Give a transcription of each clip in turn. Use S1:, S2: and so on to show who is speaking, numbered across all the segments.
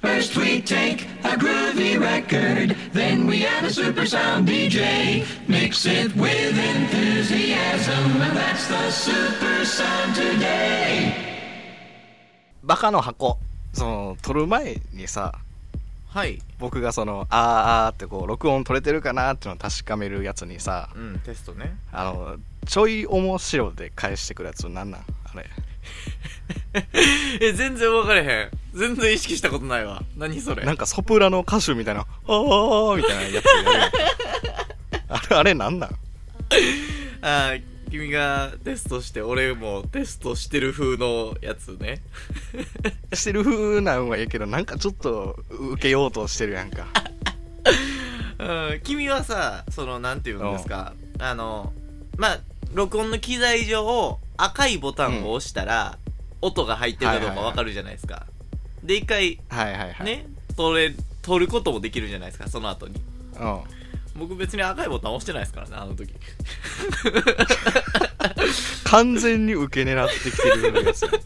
S1: First we take a groovy record, then we add a super sound DJ. Mix it with enthusiasm, and that's the super sound today.
S2: バカの箱その撮る前にさ
S3: はい、
S2: 僕がそのあーあーってこう録音取れてるかなっていうのを確かめるやつにさ
S3: うん、テストね
S2: あのちょい面白で返してくるやつなんなんあれ
S3: え全然分かれへん全然意識したことないわ何それ
S2: なんかソプラノ歌手みたいな「あー」みたいなやつやるやんあれあれなんなん
S3: あー君がテストして俺もテストしてる風のやつね
S2: してる風なんはええけどなんかちょっと受けようとしてるやんか
S3: うん君はさそのなんていうんですかあのまあ録音の機材上赤いボタンを押したら、音が入ってるかどうか分かるじゃないですか、で一回
S2: はいはいはい、
S3: ね撮れ撮ることもできるじゃないですかその後に
S2: うん
S3: 僕別に赤いボタン押してないですからねあの時
S2: 完全に受け狙ってきてるやつやんか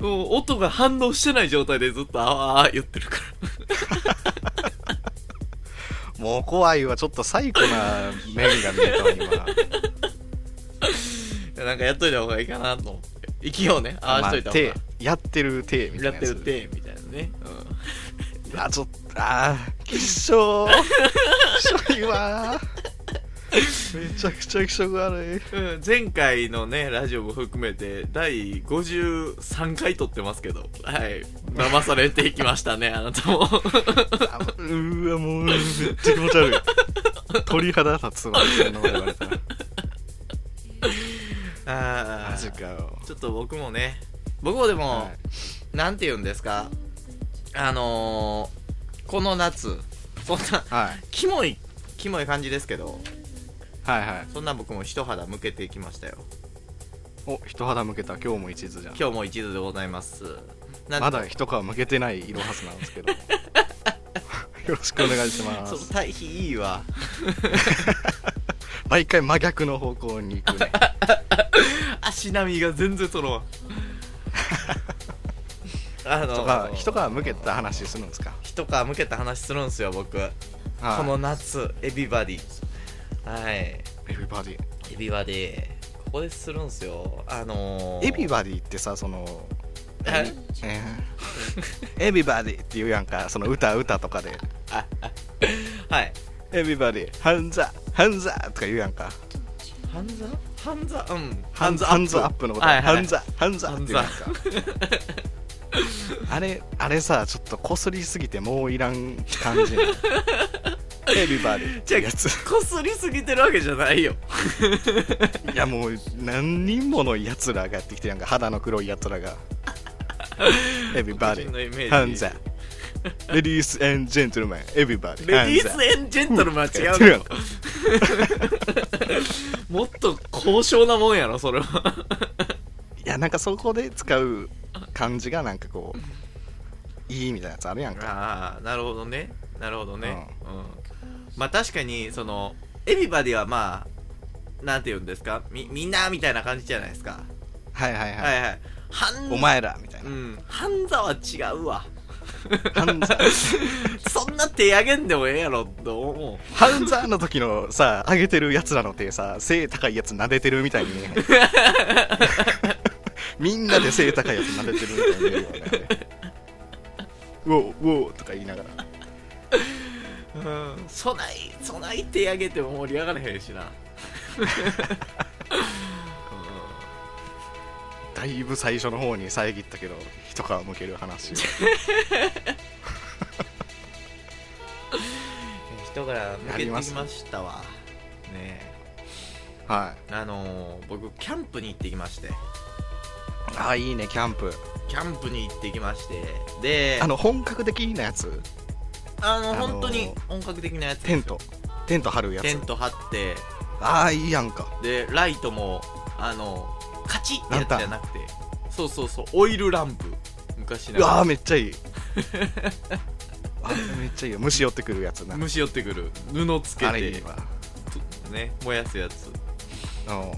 S3: もう音が反応してない状態でずっとあーあー言ってるから
S2: もう怖いわちょっとサイコな面が見えたわ 今
S3: いやなんかやっといた方がいいかなと思って息をね ああしといた方が、
S2: まあ手やってる手みた
S3: や
S2: い
S3: っ
S2: なや
S3: て
S2: つ
S3: るってみたいなね、うん
S2: あちょっとあーきっしょー きっしょいわーめちゃくちゃ気色悪い
S3: うん前回のねラジオも含めて第53回撮ってますけどはい騙されていきました ねあなたも
S2: あうーわもうめっちゃ気持ち悪い鳥肌立つわそんなこと言われた ら
S3: あー
S2: マジかよ
S3: ちょっと僕もね僕もでも、
S2: は
S3: なんて言うんですかあのー、この夏そんな
S2: はい
S3: キモいキモい感じですけど
S2: はいはい
S3: そんな僕も一肌向けていきましたよ
S2: お人肌向けた今日も一途じゃん
S3: 今日も一途でございますなん
S2: まだ一皮向けてない色はずなんです けどよろしくお願いしま
S3: その
S2: す
S3: 対比いいわ
S2: 毎回真逆の方向に行くね
S3: 足並みが全然その あのー、
S2: とか一皮向けた話するんですか
S3: 一皮向けた話するんすよ僕、
S2: はい
S3: この夏エビバディはい
S2: エビバディ
S3: エビバディここでするんすよあのー、
S2: エビバディってさその
S3: はい
S2: え ーエビバディっていうやんかその歌歌とかで
S3: はい
S2: エビバディハンザハンザとか言うやんか
S3: ハンザハンザうん
S2: ハンズハンズアップのこと、
S3: はいはい
S2: ハンザハンザ
S3: ハ
S2: っ
S3: ン
S2: て
S3: ザ
S2: 言うやんかあれあれさちょっとこすりすぎてもういらん感 じなエビバディって
S3: じゃ
S2: やつ
S3: こすりすぎてるわけじゃないよ
S2: いやもう何人ものやつらがやってきてるやんか肌の黒いやつらがエビバデ
S3: 黒人のイメー
S2: ィ
S3: ジ
S2: ハンザレディースジェントルマンエビバディ
S3: レディースエンジェントルマンは違うよ もっと高尚なもんやろそれは
S2: いやなんかそこで使う感じがなんかこういいみたいなやつあるやんか
S3: ああなるほどねなるほどねうん、まあ確かにそのエビバディはまあなんて言うんですかみみんなみたいな感じじゃないですか
S2: はいはいはい、
S3: はいはいハン
S2: お前らみたいうな、
S3: んハンザは違うわ
S2: ハンザ
S3: そんな手上げんでもええやろと思う
S2: ハンザーの時のさ上げてるやつらの手さ背高いやつ撫でてるみたいに 見えへんみんなで背高いやつ撫でてるみたいに見えるよねあれウォーウォーとか言いながら
S3: うんそないそない手上げても盛り上がれへんしな
S2: だいぶ最初の方に遮ったけど一皮むける話を
S3: 人から向けてきま
S2: やり
S3: したわね
S2: はい
S3: えあのー僕キャンプに行ってきまして
S2: ああいいねキャンプ
S3: キャンプに行ってきましてで
S2: あの本格的なやつ
S3: あの
S2: あのー
S3: 本当に本格的なやつです
S2: テントテント張るやつ
S3: テント張って
S2: ああいいやんか
S3: でライトもあのカチッってやつじゃなくてそうそうそうオイルランプ昔な
S2: うわ
S3: が
S2: あめっち ゃいいあれめっちゃいいよ虫寄ってくるやつな
S3: ら虫寄ってくる布つけ
S2: あれいい
S3: て
S2: わ
S3: ね燃やすやつ
S2: うん
S3: うん、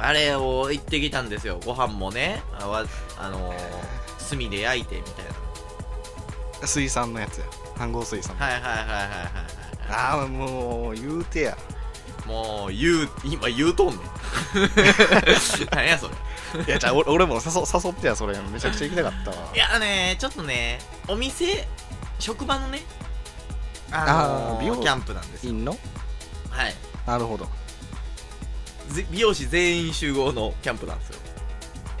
S3: あれを行ってきたんですよご飯もねあわあのー炭で焼いてみたいな
S2: 水産のやつや飯合水産
S3: はいはいはいはいはいは
S2: ああもう言うてや
S3: いもう言う今言うとん ねん何やそれ
S2: いやじゃあお俺も誘誘ってやそれめちゃくちゃ行きたかったわ
S3: いやねちょっとねお店職場のね
S2: あー
S3: あ
S2: 美
S3: の
S2: 容
S3: キャンプなんです
S2: い
S3: よ
S2: んの
S3: はい
S2: なるほど
S3: ぜ美容師全員集合のキャンプなんですよ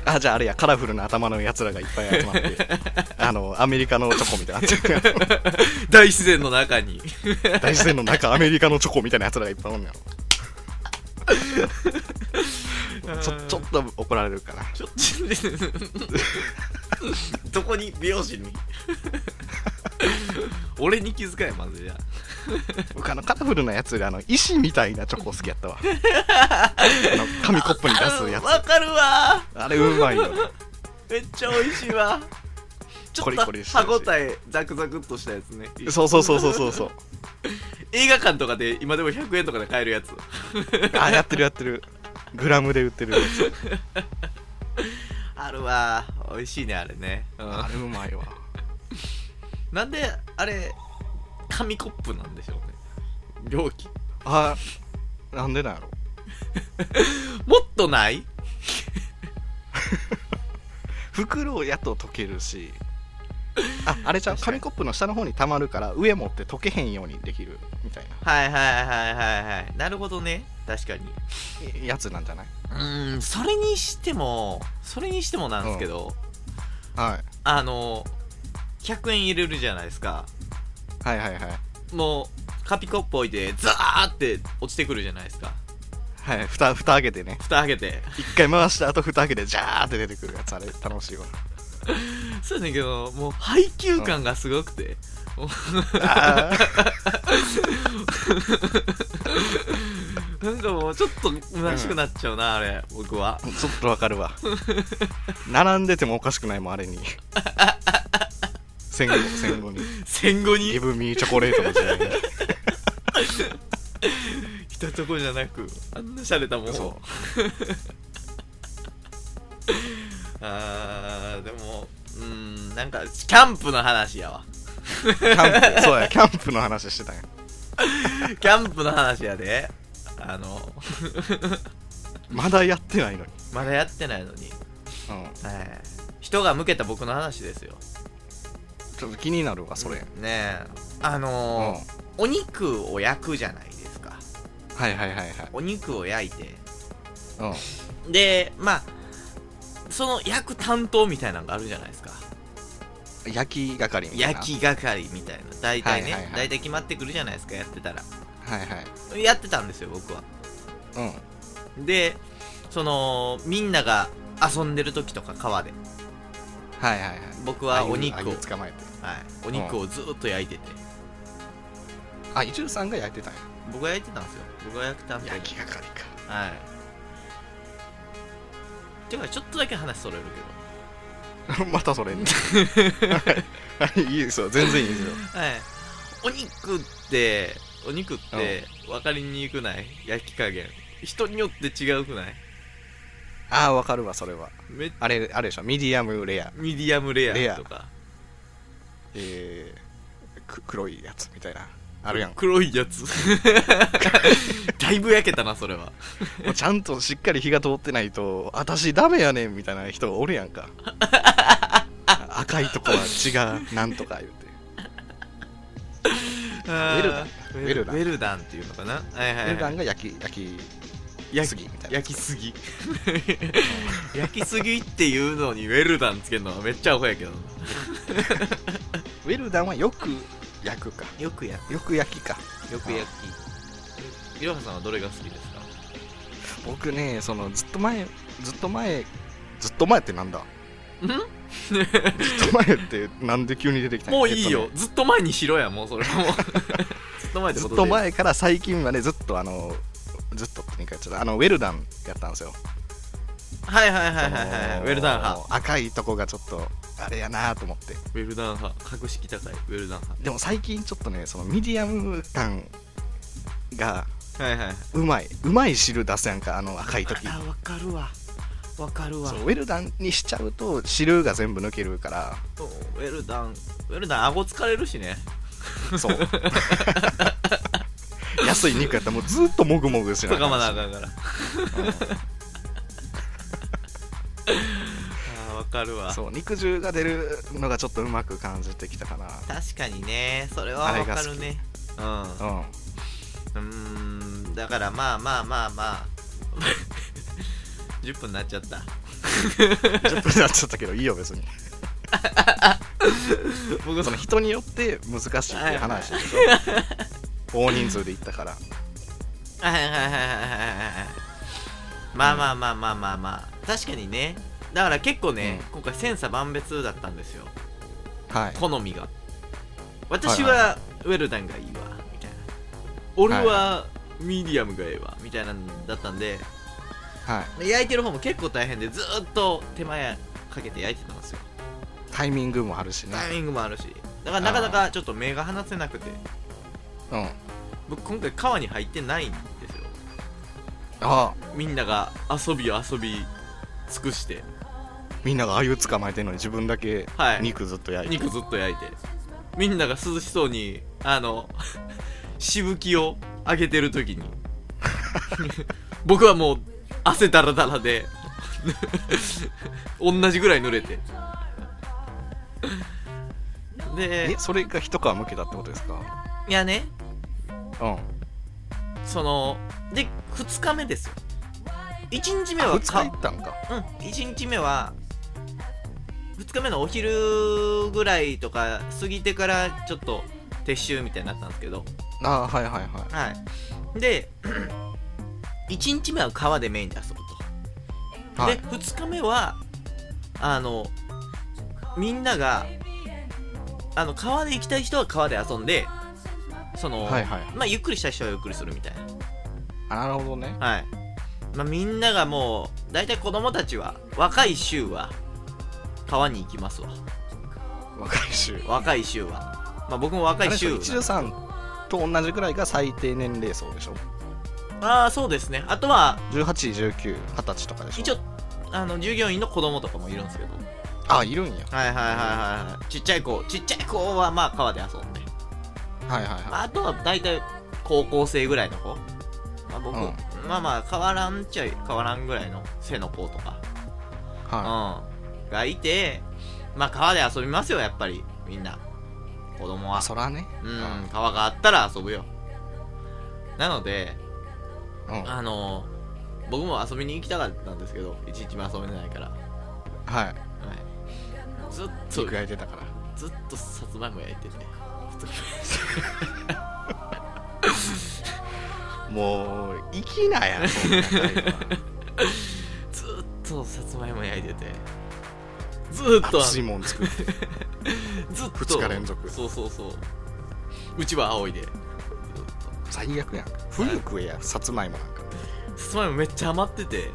S2: あじゃああれやカラフルな頭のやつらがいっぱい集まって あのアメリカのチョコみたいな
S3: 大自然の中 に
S2: 大自然の中アメリカのチョコみたいなやつらがいっぱいおんねや ろちょちょっと怒られるかな
S3: ちょっとどこに美容 師に俺に気遣えまずじゃ
S2: 僕あのカラフルなやつであの石みたいなチョコ好きや ったわあの紙コップに出す
S3: あ
S2: や
S3: わかるわ
S2: つあれうまいよ
S3: めっちゃ美味しいわちょ
S2: コ
S3: っ
S2: リ
S3: と
S2: コリして
S3: 歯
S2: るし
S3: ごたえザクザクっとしたやつね
S2: そうそうそうそうそうそう
S3: 映画館とかで今でも100円とかで買えるやつ
S2: あやってるやってるグラムで売ってるやつ
S3: あるわ美味しいねあれね、うん
S2: あれうまいわ
S3: なんであれ紙コップなんでしょうね容器
S2: あなんでなんやろ
S3: もっとない
S2: 袋やと溶けるしああれじゃう
S3: 確かに
S2: 紙コップの下の方に溜まるから上持って溶けへんようにできるみたい
S3: はいはいはいはいはいなるほどね確かに
S2: なやつなんじゃないう
S3: ーんそれにしてもそれにしてもなんですけど、
S2: はい
S3: あの100円入れるじゃないですか
S2: はいはいはい
S3: もう紙コップ置いてザーって落ちてくるじゃないですか
S2: はい蓋蓋開けてね
S3: 蓋開けて
S2: 一回回した後蓋開けてジャーって出てくるやつあれ楽しいわ
S3: そうやねんけどもう配給感がすごくて、
S2: あ
S3: なんかもうちょっと虚しくなっちゃうな、あれ僕は
S2: ーちょっとわかるわ並んでてもおかしくないもんあれに戦後戦後に
S3: 戦後に
S2: ギブミーチョコレートの時代に
S3: 来たとこじゃなくあんな洒落たもん
S2: そ
S3: あーでもうーんなんかキャンプの話やわ
S2: キャンプそう やキャンプの話してたんや
S3: キャンプの話やであの
S2: まだやってないのに
S3: まだやってないのに、
S2: うん
S3: はい人が向けた僕の話ですよ
S2: ちょっと気になるわそれ、
S3: ねえあ
S2: うん、
S3: の
S2: は
S3: ーお肉を焼くじゃないですか
S2: いはいはいはい
S3: お肉を焼いて
S2: うん
S3: でまあその焼く担当みたいなのがあるじゃないですか
S2: 焼き係みたいな
S3: 焼き係みたいな大体ね、
S2: はいはいはい
S3: 大体決まってくるじゃないですかやってたら
S2: はいはい
S3: やってたんですよ僕は
S2: うん
S3: でそのみんなが遊んでる時とか川で
S2: はいはいはい
S3: 僕はお
S2: あ
S3: 肉
S2: ゆ
S3: を
S2: あゆ捕まえて
S3: はい、お肉をずーっと焼いてて
S2: あ伊集さんが焼いてたん
S3: 僕が焼いてたんですよ僕が焼いてたんで
S2: や焼き係か
S3: はいっていうかちょっとだけ話それるけ
S2: また それはいいいですよ全然いいですよ
S3: どはいお肉ってお肉って分かりにくない焼き加減人によって違うくない
S2: ああわかるわそれは
S3: め
S2: あれあれでしょミディアムレア
S3: ミディアムレ
S2: レ
S3: ア
S2: ア
S3: とか
S2: えー、く黒いやつみたいなあるやん
S3: 黒いやつ だいぶ焼けたなそれは
S2: もうちゃんとしっかり火が通ってないと私ダメやねんみたいな人がおるや んかあ赤いとこは血がなんとか言うて
S3: ウェ
S2: ルダ
S3: ウ
S2: ン
S3: ェル
S2: ウェ
S3: ダ
S2: ルダ
S3: ン
S2: ン
S3: ウェルダンっていうのかなはいはい、
S2: エルガ
S3: は
S2: ン
S3: い、
S2: が焼き焼き
S3: 焼
S2: 杉みたい
S3: き
S2: な
S3: 焼きすぎ 焼きすぎっていうのにウェルダンつけるのはめっちゃアホやけどな
S2: ウェルダンはよく焼くか
S3: よくや
S2: よく焼きか
S3: よく焼きいろはさんはどれが好きですか
S2: 僕ねそのずっと前ずっと前ずっと前ってなんだずっと前ってなんで急に出てきたんや
S3: もういいよ、
S2: えっとね
S3: ずっと前にしろやもうそれはも うずっと前って
S2: ず
S3: こ
S2: っ
S3: とで
S2: と前から最近までずっとあのずっとっていうかちょっとあのウェルダンやったんですよ
S3: はいはいはいはいはいウェルダン派
S2: 派赤いとこがちょっとあれやなと思って
S3: ウェルダン派格式高いウェルダン
S2: でも最近ちょっとねそのミディアム感が
S3: 派はいはいはいう
S2: まいうまい汁出すやんかあの赤い時
S3: あわかるわわかるわ
S2: そうウェルダンにしちゃうと汁が全部抜けるから
S3: ウェルダンウェルダン顎疲れるしね
S2: そう 安い肉やったらもうずっともぐもぐしな
S3: と
S2: あか
S3: かま
S2: んし
S3: なあかんからあーわかるわ
S2: そう肉汁が出るのがちょっとうまく感じてきたかな
S3: 確かにねそれはわかるねうんう
S2: うん
S3: ーんだからまあまあまあま あ10分になっちゃった
S2: 10分になっちゃったけどいいよ 別に
S3: 僕
S2: その人によって難しいっていう話だけど大人数で行ったから
S3: はいはいはいはいはいはいまあまあまあまあまあまあ確かにねだから結構ね、今回千差万別だったんですよ
S2: はい
S3: 好みが私
S2: はいはい
S3: はウェルダンがいいわみたいな俺はミディアムがええわみたいなんだったんで
S2: はい
S3: 焼いてる方も結構大変でずーっと手前かけて焼いてたんですよ
S2: タイミングもあるしね
S3: タイミングもあるしだからなかなかちょっと目が離せなくて
S2: うんあ
S3: 僕今回川に入ってないんですよ
S2: あ
S3: みんなが遊びを遊び尽くして
S2: みんなが鮎捕まえてんのに自分だけ
S3: はい
S2: 肉ずっと焼いて、
S3: 肉ずっと焼いてみんなが涼しそうにあの しぶきを上げてる時に 僕はもう汗だらだらで 同じぐらい濡れてで
S2: えそれが一皮むけたってことですか
S3: いやね
S2: うん
S3: そので2日目ですよ1日目は
S2: 2日
S3: か
S2: 行ったんか
S3: うん1日目は2日目のお昼ぐらいとか過ぎてからちょっと撤収みたいになったんですけど
S2: ああはいはいはい
S3: はい、で 1日目は川でメインで遊ぶと、
S2: はい
S3: で2日目はあのみんながあの川で行きたい人は川で遊んでその、
S2: はいはい
S3: まあ、ゆっくりしたい人はゆっくりするみたい
S2: あなるほどね
S3: な、はいまあ、みんながもう大体子供たちは若い衆は川に行きますわ
S2: 若い衆
S3: 若い衆は、まあ、僕も若
S2: あ
S3: い
S2: れでし
S3: 衆
S2: ょ一さんと同じぐらいが最低年齢層でしょ
S3: ああそうですねあとは
S2: 181920歳とかでしょ
S3: 一応あの従業員の子供とかもいるんですけど
S2: あいるんや
S3: はいはいはいはいはいちっちゃい子ちっちゃい子はまあ川で遊んで、
S2: はいはいは
S3: まあ、あとは大体高校生ぐらいの子、まあ、僕、
S2: うん
S3: まあまあ変わらんっちゃい変わらんぐらいの背の子とか、
S2: いは
S3: うんがいてまあ川で遊びますよやっぱりみんな子供
S2: い
S3: は
S2: あそらね
S3: うん川があったら遊ぶよなので
S2: うんうんは
S3: あの僕も遊びに行きたかったんですけど一日も遊べないから、はいい、ずっと
S2: 肉焼いてたから
S3: ずっとさつまいも焼いてて
S2: もう粋なやそんなタイプは
S3: ずっとさつまいも焼いててずっと
S2: 熱いもん作って
S3: ずっと
S2: 二日連続
S3: そうそうそううちは青いでずっ
S2: 最悪やん冬食えやさつまいもなんか
S3: とさつまいもめっちゃ余って て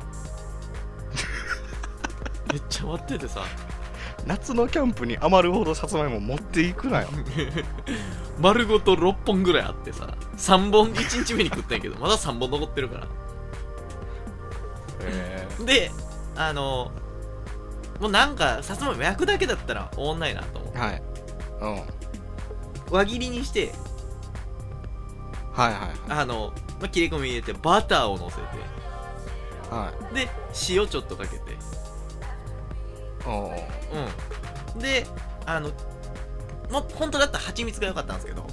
S3: めっちゃ余っててさ
S2: 夏のキャンプに余るほどさつまいも持っていくなよ
S3: 丸ごと6本ぐらいあってさ3本1日目に食ったんやけどまだ3本残ってるから
S2: え
S3: であのもうなんかさつまいも焼くだけだったらおんないなと思う
S2: ーはいうんはい
S3: 輪切りにして
S2: はいはい
S3: あの、まあ、切れ込み入れてバターをのせて
S2: はい
S3: で塩ちょっとかけて
S2: おうおう
S3: うんであのもう本当だったら蜂蜜が良かったんですけど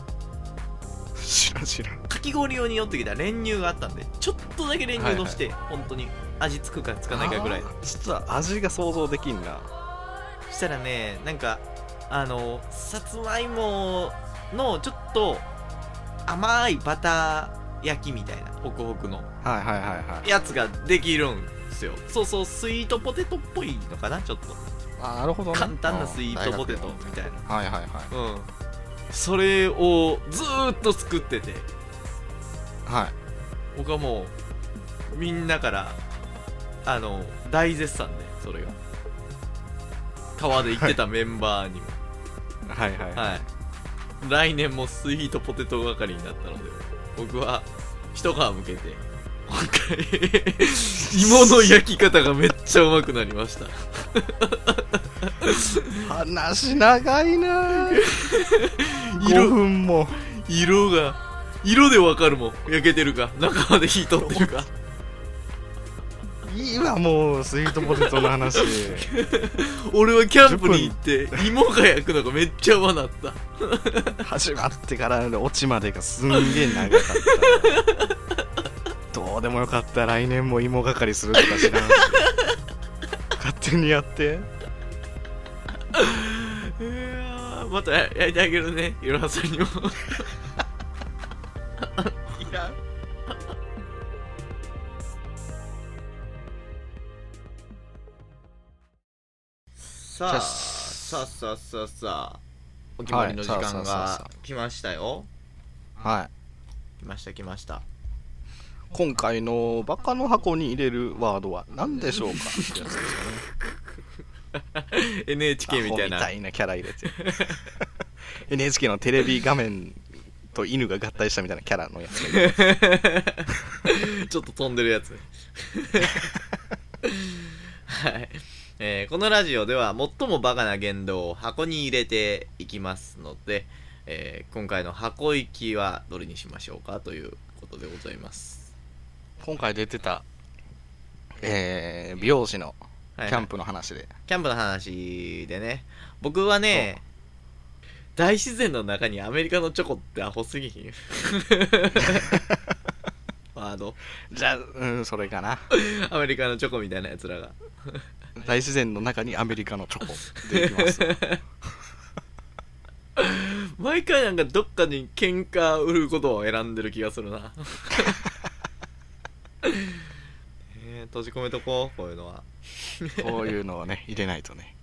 S2: 知らん知らん
S3: かき氷用に寄ってきた練乳があったんでちょっとだけ練乳のして、本当に味つくかつかないかぐらい
S2: あーちょっと味が想像できんな
S3: そしたらねなんかあのさつまいものちょっと甘いバター焼きみたいなホクホクの
S2: はいはいはいはい
S3: やつができるんですよそうそうスイートポテトっぽいのかなちょっと
S2: あなるほどね
S3: 簡単なスイートポテト
S2: うん
S3: みたいな
S2: はいはいはい
S3: うんそれをずーっと作ってて
S2: はい
S3: 僕はもうみんなからあの大絶賛でそれが川で行ってたメンバーにも
S2: はいはい
S3: はい来年もスイートポテト係になったので僕は一皮むけて芋の焼き方がめっちゃうまくなりました
S2: 話長 いなぁ5
S3: 色
S2: 分も
S3: 色が色でわかるもん焼けてるか中まで火通ってる か
S2: いいわもうスイートポテトの話
S3: 俺はキャンプに行って芋が焼くのがめっちゃうまなった
S2: 始まってからのオチまでがすんげえ長かったどうでもよかった来年も芋係するとか知らんし勝手にやって
S3: いやーまた焼いてあげるねいろはさんにもいらんさあさあさあさあさあお決まりの時
S2: はいさ
S3: 間
S2: あさあさあさ
S3: が来ましたよ
S2: はい
S3: 来ました来ま した
S2: 今回のバカの箱に入れるワードは何でしょうか
S3: NHK みたいな
S2: アホみたいなキャラ入れて NHK のテレビ画面と犬が合体したみたいなキャラのやつ
S3: ちょっと飛んでるやつ。はい。えーこのラジオでは最もバカな言動を箱に入れていきますので、えー今回の箱行きはどれにしましょうかということでございます。
S2: 今回出てた、えー美容師のキ
S3: はい、
S2: ャンプの話で、
S3: キャンプの話でね、僕はね、大自然の中にアメリカのチョコってアホすぎひん。 ワード。
S2: じゃあうんそれかな
S3: アメリカのチョコみたいなやつらが。
S2: 大自然の中にアメリカのチョコでいきます
S3: 毎回なんかどっかに喧嘩売ることを選んでる気がするな えー、閉じ込めとこうこういうのは
S2: こういうのをね入れないとね